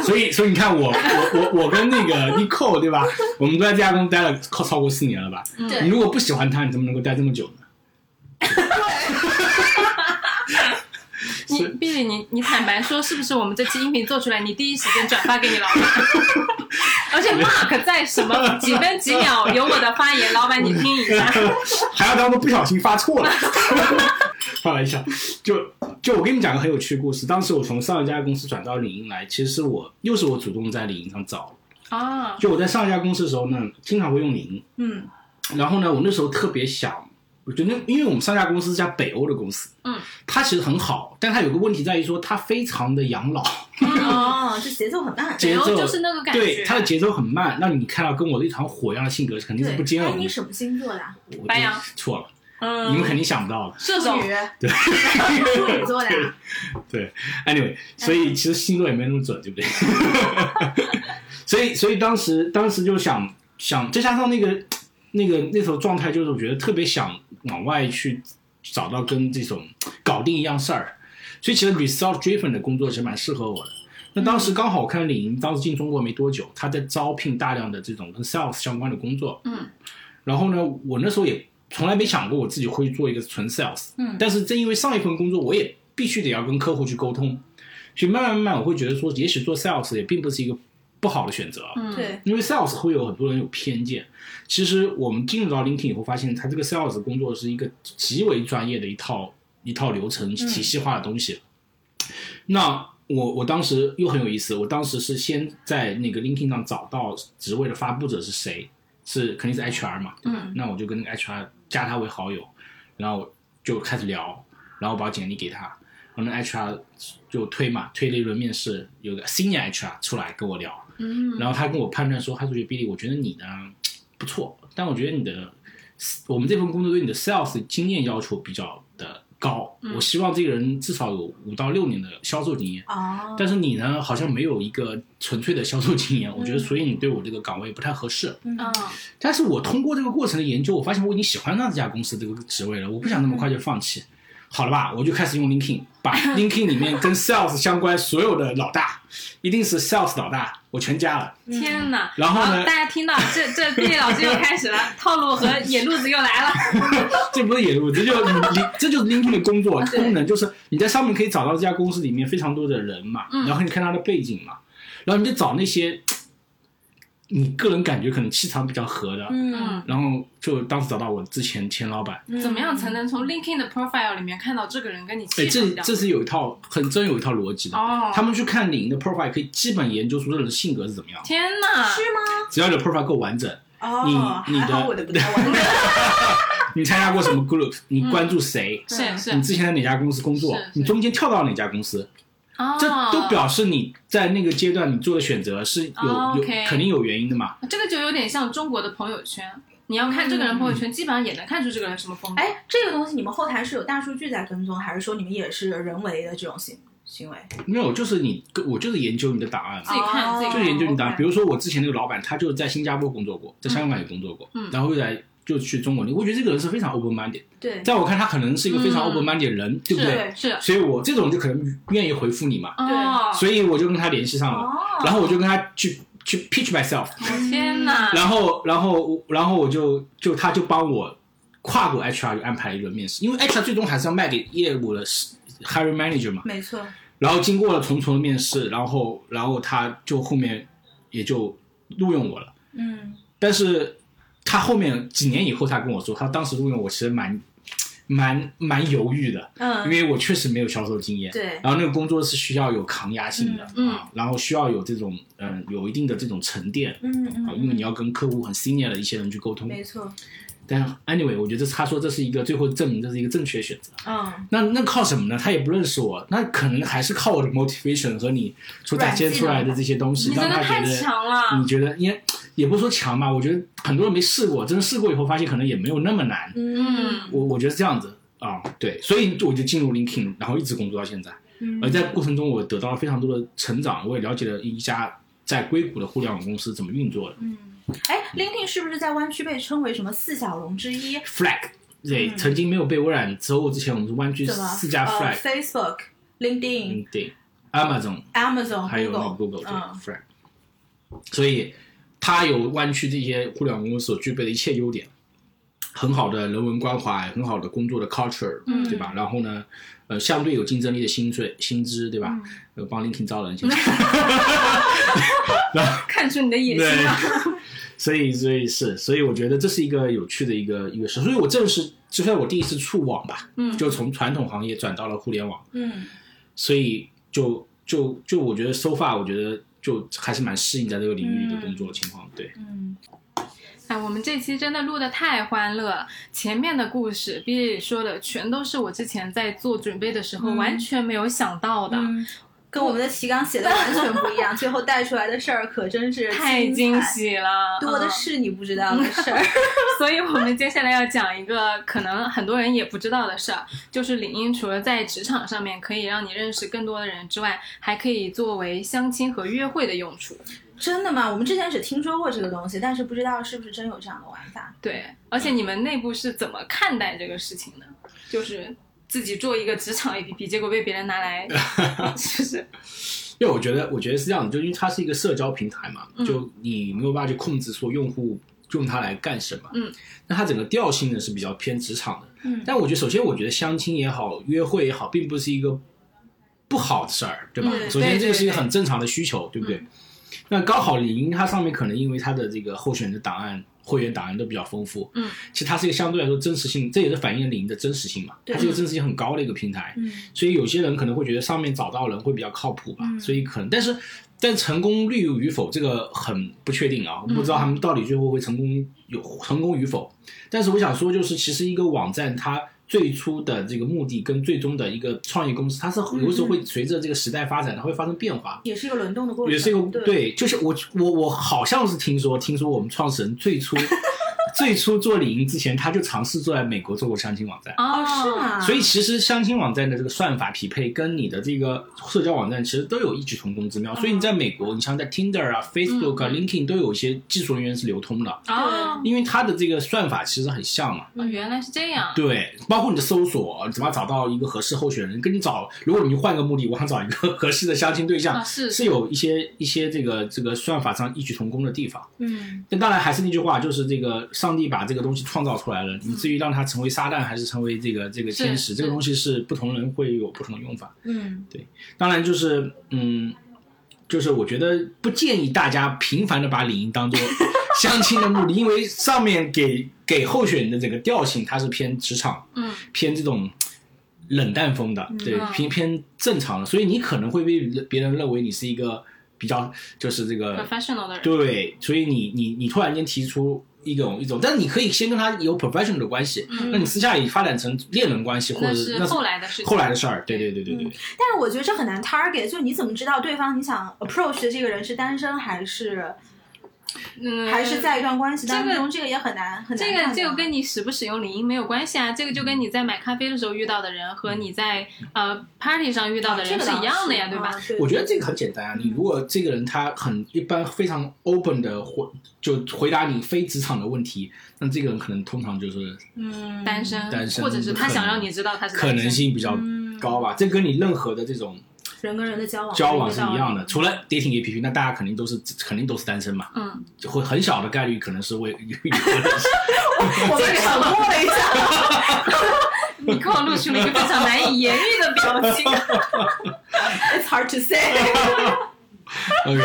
所以所以你看我我我我跟 那个 Nicole 对吧？我们都在这家公司待了超超过四年了吧？嗯对你如果不喜欢它，你怎么能够待这么久呢？你是毕竟你你坦白说，是不是我们这期音频做出来，你第一时间转发给你老 板？而且 Mark 在什么几分几秒有我的发言，老板你听一下。 还要当做不小心发错了， 开玩笑。就就我跟你讲个很有趣的故事，当时我从上一家公司转到领英来，其实是我又是我主动在领英上找。啊，就我在上一家公司的时候呢，经常会用领英，嗯然后呢，我那时候特别想，我觉得因为我们上一家公司是家北欧的公司，嗯，它其实很好，但它有个问题在于说它非常的养老。哦，这节奏很慢，节奏北欧就是那个感觉对它的节奏很慢，让你看到跟我一团火一样的性格肯定是不对，接哎，受的你。什么星座的啊？我白羊错了，你们嗯，肯定想不到的。射手女， 对，处女座的啊，对，anyway，所以其实星座也没那么准，对不 对？所以，所以当时当时就想想，再加上那个那个那时候状态，就是我觉得特别想往外去找到跟这种搞定一样事儿，所以其实 result driven 的工作其实蛮适合我的。那当时刚好我看李宁当时进中国没多久，他在招聘大量的这种跟 sales 相关的工作，嗯，然后呢，我那时候也从来没想过我自己会做一个纯 sales，嗯但是正因为上一份工作，我也必须得要跟客户去沟通，所以慢慢慢慢，我会觉得说，也许做 sales 也并不是一个不好的选择，啊嗯，对，因为 sales 会有很多人有偏见。其实我们进入到 LinkedIn 以后，发现它这个 sales 工作是一个极为专业的一套一套流程体系化的东西。那我我当时又很有意思，我当时是先在那个 LinkedIn 上找到职位的发布者是谁，是肯定是 HR 嘛，对吧？嗯那我就跟那个 HR 加他为好友，然后就开始聊，然后把简历给他，然后那 HR 就推嘛，推了一轮面试，有个 senior HR 出来跟我聊，嗯，然后他跟我判断说，他说觉得 Billy，我觉得你呢不错，但我觉得你的我们这份工作对你的 sales 经验要求比较的高，嗯我希望这个人至少有五到六年的销售经验。哦，但是你呢，好像没有一个纯粹的销售经验，我觉得，嗯所以你对我这个岗位不太合适。嗯嗯但是我通过这个过程的研究，我发现我已经喜欢上这家公司这个职位了，我不想那么快就放弃。好了吧，我就开始用 LinkedIn，把 LinkedIn 里面跟 sales 相关所有的老大，一定是 sales 老大，我全加了。嗯天哪！然后呢大家听到这这毕业老师又开始了，套路和野路子又来了。 这不是野路，这就是 LinkedIn- 这就是 LinkedIn 的工作对功能，就是你在上面可以找到这家公司里面非常多的人嘛，嗯然后你看他的背景嘛，然后你就找那些你个人感觉可能气场比较合的，嗯然后就当时找到我之前前老板，嗯，怎么样才能从 LinkedIn 的 profile 里面看到这个人跟你哎，气这场较这是有一套很真有一套逻辑的，哦，他们去看领的 profile 可以基本研究出这人的性格是怎么样的，天哪！是吗？只要你的 profile 够完整，哦，你你的还好我的不太 完整。你参加过什么 group，你关注谁，嗯是是你之前在哪家公司工作是，是你中间跳到哪家公司，哦，这都表示你在那个阶段你做的选择是有、哦有 OK 肯定有原因的嘛。这个就有点像中国的朋友圈，你要看这个人朋友圈，基本上也能看出这个人什么风格。哎，这个东西你们后台是有大数据在跟踪，还是说你们也是人为的这种行行为？没有，就是你我就是研究你的档案嘛自己看哦自己看就是研究你档案。比如如说我之前那个老板，他就在新加坡工作过，在香港也工作过，嗯然后又来就去中国，你会觉得这个人是非常 open minded。对，在我看，他可能是一个非常嗯 open minded 的人，对不对？对是是所以我这种就可能愿意回复你嘛，哦，所以我就跟他联系上了，哦，然后我就跟他去去 pitch myself，以天哪！然后，然后我，然后我就就他就帮我跨过 HR 就安排了一轮面试，因为 HR 最终还是要卖给业务的 hiring manager 嘛。没错，然后经过了重重的面试，然后然后他就后面也就录用我了。嗯，但是他后面几年以后，他跟我说，他当时录用我其实蛮蛮蛮犹豫的，因嗯，为我确实没有销售经验。对然后那个工作是需要有抗压性的、嗯嗯啊，然后需要有这种嗯、有一定的这种沉淀。嗯嗯啊，嗯，因为你要跟客户很 senior 的一些人去沟通。没错，但 anyway，我觉得他说这是一个最后证明这是一个正确的选择。嗯，那那靠什么呢？他也不认识我，那可能还是靠我的 motivation 和你所展现出来的这些东西，你真让的他太觉得强了你，觉得也也不是说强吧，我觉得很多人没试过，真的试过以后发现可能也没有那么难。嗯 嗯，我我觉得是这样子啊、对，所以我就进入 LinkedIn，然后一直工作到现在。而在过程中，我得到了非常多的成长，我也了解了一家在硅谷的互联网公司怎么运作的。嗯，哎，LinkedIn 是不是在湾区被称为什么四小龙之一？ flag，对，嗯曾经没有被微软收购之前，我们是湾区怎么？四家呃 flag，、 Facebook、LinkedIn、嗯，对，Amazon Amazon、嗯还有那个 Google 对哦嗯 flag，所以它有湾区这些互联网公司所具备的一切优点，很好的人文关怀，很好的工作的 culture，、嗯对吧？然后呢，呃，相对有竞争力的薪水薪资，对吧？呃，帮 LinkedIn 招人，现在。看出你的野心对 了。，所以所以是，所以我觉得这是一个有趣的一个一个事，所以我正是这算我第一次触网吧，嗯就从传统行业转到了互联网，嗯，所以就就就我觉得 so far 我觉得就还是蛮适应在这个领域里的工作情况，对，嗯，哎，我们这期真的录的太欢乐了。前面的故事，B 说的全都是我之前在做准备的时候嗯完全没有想到的，嗯跟我们的提纲写的完全不一样，最后带出来的事儿可真是太精惊彩，喜了，多的嗯是你不知道的事儿。所以我们接下来要讲一个可能很多人也不知道的事儿，就是领英除了在职场上面可以让你认识更多的人之外，还可以作为相亲和约会的用处。真的吗？我们之前只听说过这个东西，但是不知道是不是真有这样的玩法。对，而且你们内部是怎么看待这个事情的？就是自己做一个职场 APP，结果被别人拿 来，就是因为我觉得我觉得是这样的，就因为它是一个社交平台嘛，嗯就你没有办法去控制说用户用它来干什么，嗯，那它整个调性呢是比较偏职场的，嗯但我觉得，首先我觉得相亲也好，约会也好，并不是一个不好的事儿，对吧？嗯首先，对这个是一个对对很正常的需求，对不对？那高考领英它上面可能因为它的这个候选人的档案、会员档案都比较丰富，嗯，其实它是一个相对来说真实性，这也是反映了领英的真实性嘛，对它是一个真实性很高的一个平台，嗯，所以有些人可能会觉得上面找到人会比较靠谱吧，嗯所以可能，但是但成功率与否这个很不确定啊，我不知道他们到底最后会成功有成功与否。但是我想说，就是其实一个网站它最初的这个目的跟最终的一个创业公司，它是有时候会随着这个时代发展，它会发生变化。也是一个轮动的过程，也是一个哦对，对，就是我我我好像是听说，听说我们创始人最初 最初做领英之前，他就尝试做在美国做过相亲网站。哦，是？吗？啊所以其实相亲网站的这个算法匹配跟你的这个社交网站其实都有异曲同工之啊妙。所以你在美国，你像在 Tinder 啊、Facebook 啊、LinkedIn 嗯都有一些技术人员是流通的，哦，因为它的这个算法其实很像嘛。哦原来是这样。对，包括你的搜索，怎么找到一个合适候选人，跟你找，如果你换个目的，我想找一个合适的相亲对象，啊是是有一些一些这个这个算法上异曲同工的地方。嗯，那当然还是那句话，就是这个上帝把这个东西创造出来了，以至于让它成为撒旦还是成为这个这个天使，是这个东西是不同人会有不同的用法。嗯，当然就是嗯，就是我觉得不建议大家频繁的把领英 当做相亲的目的，因为上面给给候选人的整个调性它是偏职场，嗯，偏这种。冷淡风的，对，偏偏正常的，所以你可能会被别人认为你是一个比较就是这个 professional 的人，对，所以你你你突然间提出一种一种，但你可以先跟他有 professional 的关系，嗯那你私下里发展成恋人关系，或那者是那后来的事情。嗯后来的事儿。对对对对对，但是我觉得这很难 target，就你怎么知道对方你想 approach 的这个人是单身还是嗯，还是在一段关系当这中？这个也很难很难这判个断。这个跟你使不使用领英没有关系啊，这个就嗯跟你在买咖啡的时候遇到的人和你在呃 party 上遇到的啊这人个是倒一样的呀，是对吧？？啊对我觉得这个很简单啊。嗯你如果这个人他很一般，非常 open 的回就回答你非职场的问题，那这个人可能通常就是嗯，单身，单身或者是他可能想让你知道他是单嗯可身能性比较高吧。这跟你任何的这种人跟人的哦交往交往是一样的，这个道理除了 dating APP，那大家肯定都是肯定都是单身嘛，嗯，就会很小的概率可能是为 有有的是 我们沉默了一下，你给我露出了一个非常难以言喻的表情。 it's hard to say。 OK，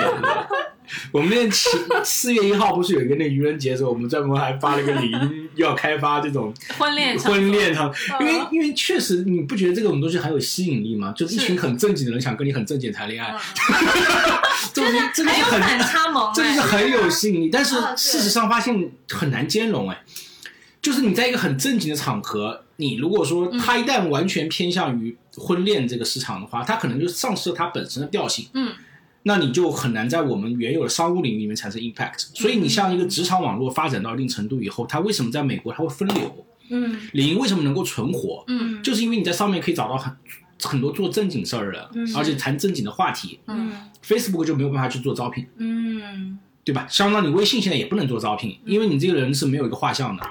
我们那七四月一号不是有一个那愚人节的时候，我们专门还发了个领英，要开发这种婚恋场婚恋场，因为嗯因为确实你不觉得这种东西很有吸引力吗？就是一嗯群很正经的人想跟你很正经地谈恋爱，这个这个嗯还是有反很差萌、哎，这个是很有吸引力，但是啊对事实上发现很难兼容哎，就是你在一个很正经的场合，你如果说他一旦完全偏向于婚恋这个市场的话，他可能就丧失了它本身的调性。嗯那你就很难在我们原有的商务领域里面产生嗯 impact。所以你像一个职场网络发展到一定程度以后，它为什么在美国它会分流？嗯领英为什么能够存活？嗯就是因为你在上面可以找到很很多做正经事儿的人，而且谈正经的话题。嗯， Facebook 就没有办法去做招聘，嗯对吧？相当于微信现在也不能做招聘，因为你这个人是没有一个画像的，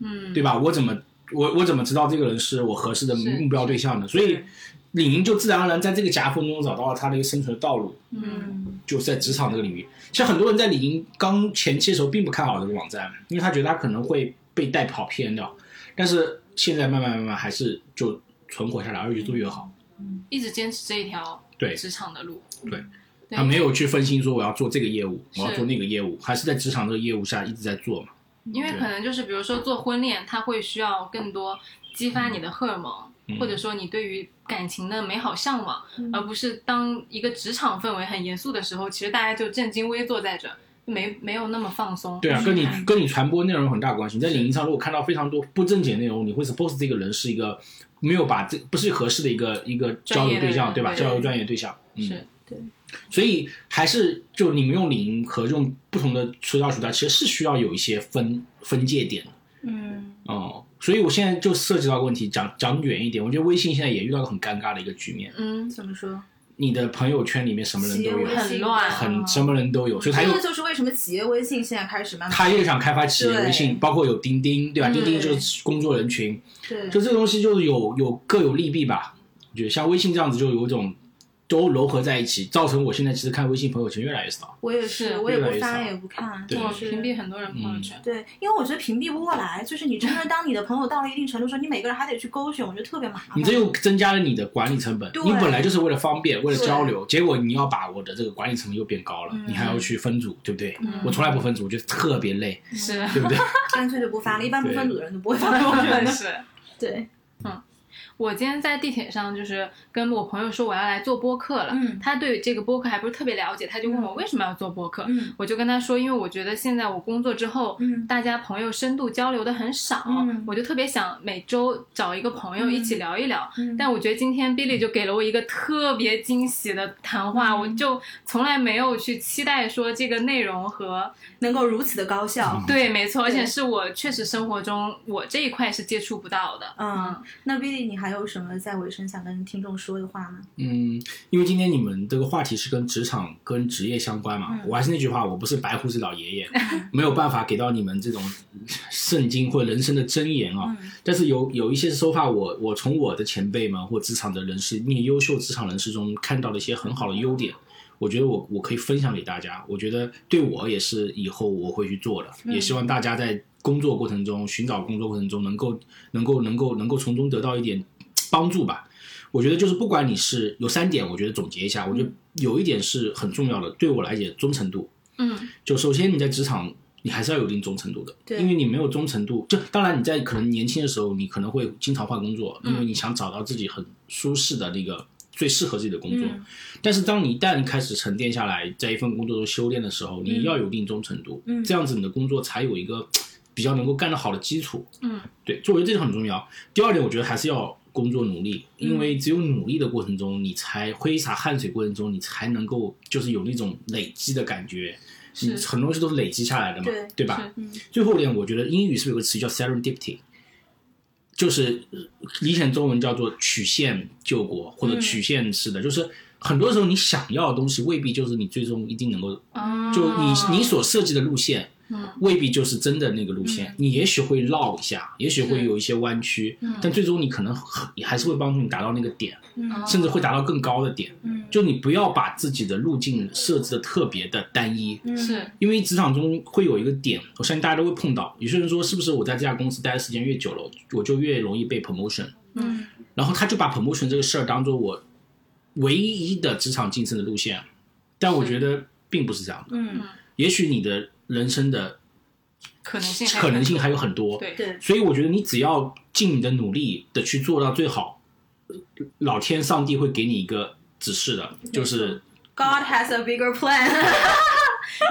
嗯对吧？我怎么我我怎么知道这个人是我合适的是目标对象呢？所以是领英就自然而然在这个夹缝中找到了他的一个生存的道路。嗯就是在职场这个领域。其实很多人在领英刚前期的时候并不看好这个网站，因为他觉得他可能会被带跑偏掉。但是现在慢慢慢慢还是就存活下来，而且越做越好。一直坚持这一条对职场的路，嗯对，啊对他没有去分心说我要做这个业务，是我要做那个业务，还是在职场这个业务下一直在做嘛。因为可能就是比如说做婚恋，它会需要更多激发你的荷尔蒙，嗯或者说你对于感情的美好向往，嗯而不是当一个职场氛围很严肃的时候，其实大家就正襟危坐在这，没没有那么放松。对啊，跟你嗯跟你传播内容有很大关系。你在领英上如果看到非常多不正经的内容，你会 suppose 这个人是一个没有把这不是合适的一个一个交专业流对的象，人对吧？对交流专业对象，嗯，是对，所以还是就你们用领英和用不同的渠道渠道，其实是需要有一些分分界点的嗯哦、所以我现在就涉及到个问题，讲讲远一点，我觉得微信现在也遇到个很尴尬的一个局面，嗯，怎么说？你的朋友圈里面什么人都有企业微，信很乱啊很嗯什么人都有，所以他这又个就是为什么企业微信现在开始慢慢他又想开发企业对微信，包括有钉钉，对吧？嗯钉钉就是工作人群，对就这个东西就是有有各有利弊吧。我觉得像微信这样子就有一种都糅合在一起，造成我现在其实看微信朋友圈越来越少。我也是，是我也越来不越发少也不看，对就我是屏蔽很多人朋友圈。对，因为我觉得屏蔽不过来，就是你真的当你的朋友到了一定程度时候，你每个人还得去勾选，我觉得特别麻烦。你这又增加了你的管理成本对。你本来就是为了方便，为了对嗯交流，结果你要把我的这个管理成本又变高了，你还要去分组，对不对？嗯我从来不分组，我觉得特别累，是，嗯 对不对？干脆就不发了，一般不对分组的人都不会发朋友圈的。是。对，我今天在地铁上，就是跟我朋友说我要来做播客了。嗯他对这个播客还不是特别了解，他就问我为什么要做播客。嗯我就跟他说，因为我觉得现在我工作之后，嗯大家朋友深度交流的很少，嗯我就特别想每周找一个朋友嗯一起聊一聊。嗯但我觉得今天 Billy 就给了我一个特别惊喜的谈话，嗯我就从来没有去期待说这个内容和能够如此的高效。对，没错，而对且是我确实生活中我这一块是接触不到的。嗯，那 Billy，你还有什么在尾声想跟听众说的话吗？嗯，因为今天你们这个话题是跟职场、跟职业相关嘛，嗯我还是那句话，我不是白胡子老爷爷， 没有办法给到你们这种 圣经或人生的箴言啊、嗯但是有有一些手法我，我从我的前辈们或职场的人士，那些优秀职场人士中看到了一些很好的优点，我觉得我我可以分享给大家。我觉得对我也是以后我会去做的，也希望大家在工作过程中、寻找工作过程中能够能够能够能够从中得到一点帮助吧。我觉得就是不管你是有三点，我觉得总结一下，我觉得有一点是很重要的，对我来讲忠诚度。嗯就首先你在职场，你还是要有一定忠诚度的，对因为你没有忠诚度，就当然你在可能年轻的时候，你可能会经常换工作，嗯因为你想找到自己很舒适的那个最适合自己的工作。嗯但是当你一旦开始沉淀下来，在一份工作中修炼的时候，你要有一定忠诚度，嗯这样子你的工作才有一个比较能够干得好的基础。嗯，对，作为这个很重要。第二点，我觉得还是要工作努力，因为只有努力的过程中，你才挥洒汗水过程中，你才能够就是有那种累积的感觉。是你很多东西都是累积下来的嘛，对吧？嗯最后一点，我觉得英语是不是有个词叫 serendipity，就是呃理解中文叫做曲线救国或者嗯曲线式的，就是很多时候你想要的东西未必就是你最终一定能够，啊哦就你你所设计的路线，嗯未必就是真的那个路线，嗯你也许会绕一下，也许会有一些弯曲，嗯但最终你可能很也还是会帮助你达到那个点，嗯甚至会达到更高的点。嗯，就你不要把自己的路径设置的特别的单一，嗯是因为职场中会有一个点，我相信大家都会碰到。有些人说，是不是我在这家公司待的时间越久了，我就越容易被 promotion？嗯然后他就把 promotion 这个事儿当做我唯一的职场晋升的路线，但我觉得并不是这样的。嗯也许你的人生的可能性还可能性还有很多，对对所以我觉得你只要尽你的努力的去做到最好，老天上帝会给你一个指示的，就是，God has a bigger plan。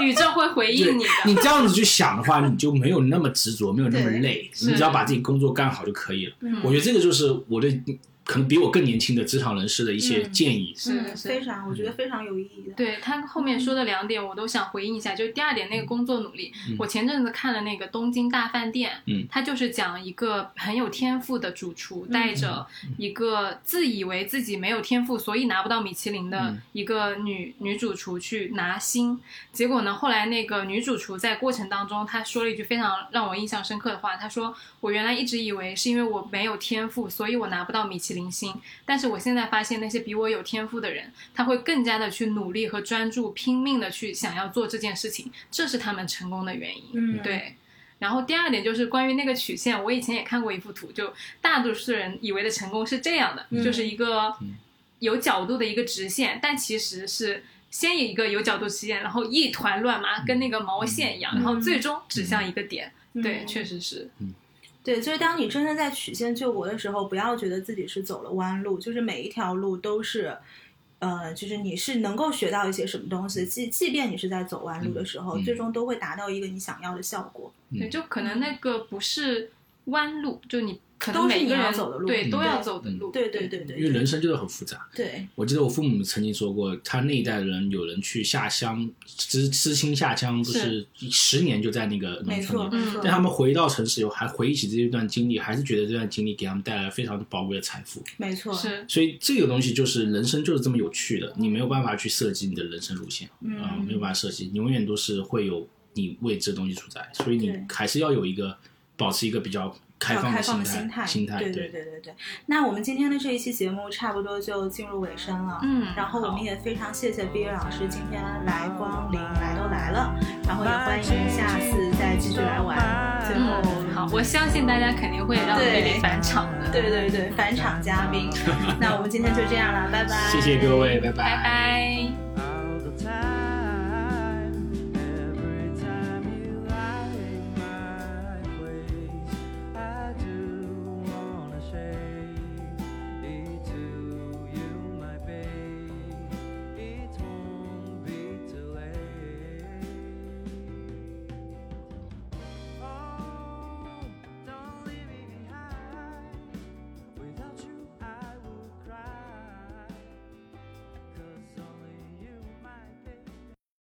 宇宙会回对应你的。你这样子去想的话，你就没有那么执着，没有那么对累，是你只要把自己工作干好就可以了。嗯我觉得这个就是我对可能比我更年轻的职场人士的一些嗯建议。是嗯，是 非常，我觉得非常有意义的。对他后面说的两点，我都想回应一下。就是第二点，那个工作努力，我前阵子看了那个《东京大饭店》，嗯他就是讲一个很有天赋的主厨，嗯带着嗯一个自以为自己没有天赋，所以拿不到米其林的嗯一个女、女主厨去拿星。结果呢，后来那个女主厨在过程当中，她说了一句非常让我印象深刻的话，她说：“我原来一直以为是因为我没有天赋，所以我拿不到米其林星，但是我现在发现那些比我有天赋的人，他会更加的去努力和专注，拼命的去想要做这件事情，这是他们成功的原因。嗯对。然后第二点就是关于那个曲线，我以前也看过一幅图，就大多数人以为的成功是这样的，嗯就是一个嗯有角度的一个直线，但其实是先有一个有角度直线，然后一团乱麻，跟那个毛线一样，嗯然后最终指向一个点。嗯对，确实是，对，就是当你真正在曲线救国的时候，不要觉得自己是走了弯路，就是每一条路都是，呃，就是你是能够学到一些什么东西，即即便你是在走弯路的时候，嗯嗯最终都会达到一个你想要的效果。嗯对，就可能那个不是弯路，就你可能都是每你个要人走的路对嗯都要走的嗯路，对对对对，因为人生就是很复杂。对我记得我父母曾经说过，他那一代人有人去下乡，知知青下乡，不是十年就在那个农没村错里。没嗯错但他们回到城市以后，还回忆起这段经历，还是觉得这段经历给他们带来了非常宝贵的财富。没错，是所以这个东西就是人生就是这么有趣的，你没有办法去设计你的人生路线，嗯啊、没有办法设计，你永远都是会有你未知的东西存在，所以你对还是要有一个保持一个比较开要放开的放心的心态，态，心态对对对对对。那我们今天的这一期节目差不多就进入尾声了，嗯然后我好们也非常谢谢毕业老师今天来光临，来都来了，然后也欢迎下次再继续来玩。最后，嗯，好，我相信大家肯定会让贝哦对贝返场的。 对对对，返场嘉宾。那我们今天就这样了，拜拜。谢谢各位，拜拜拜。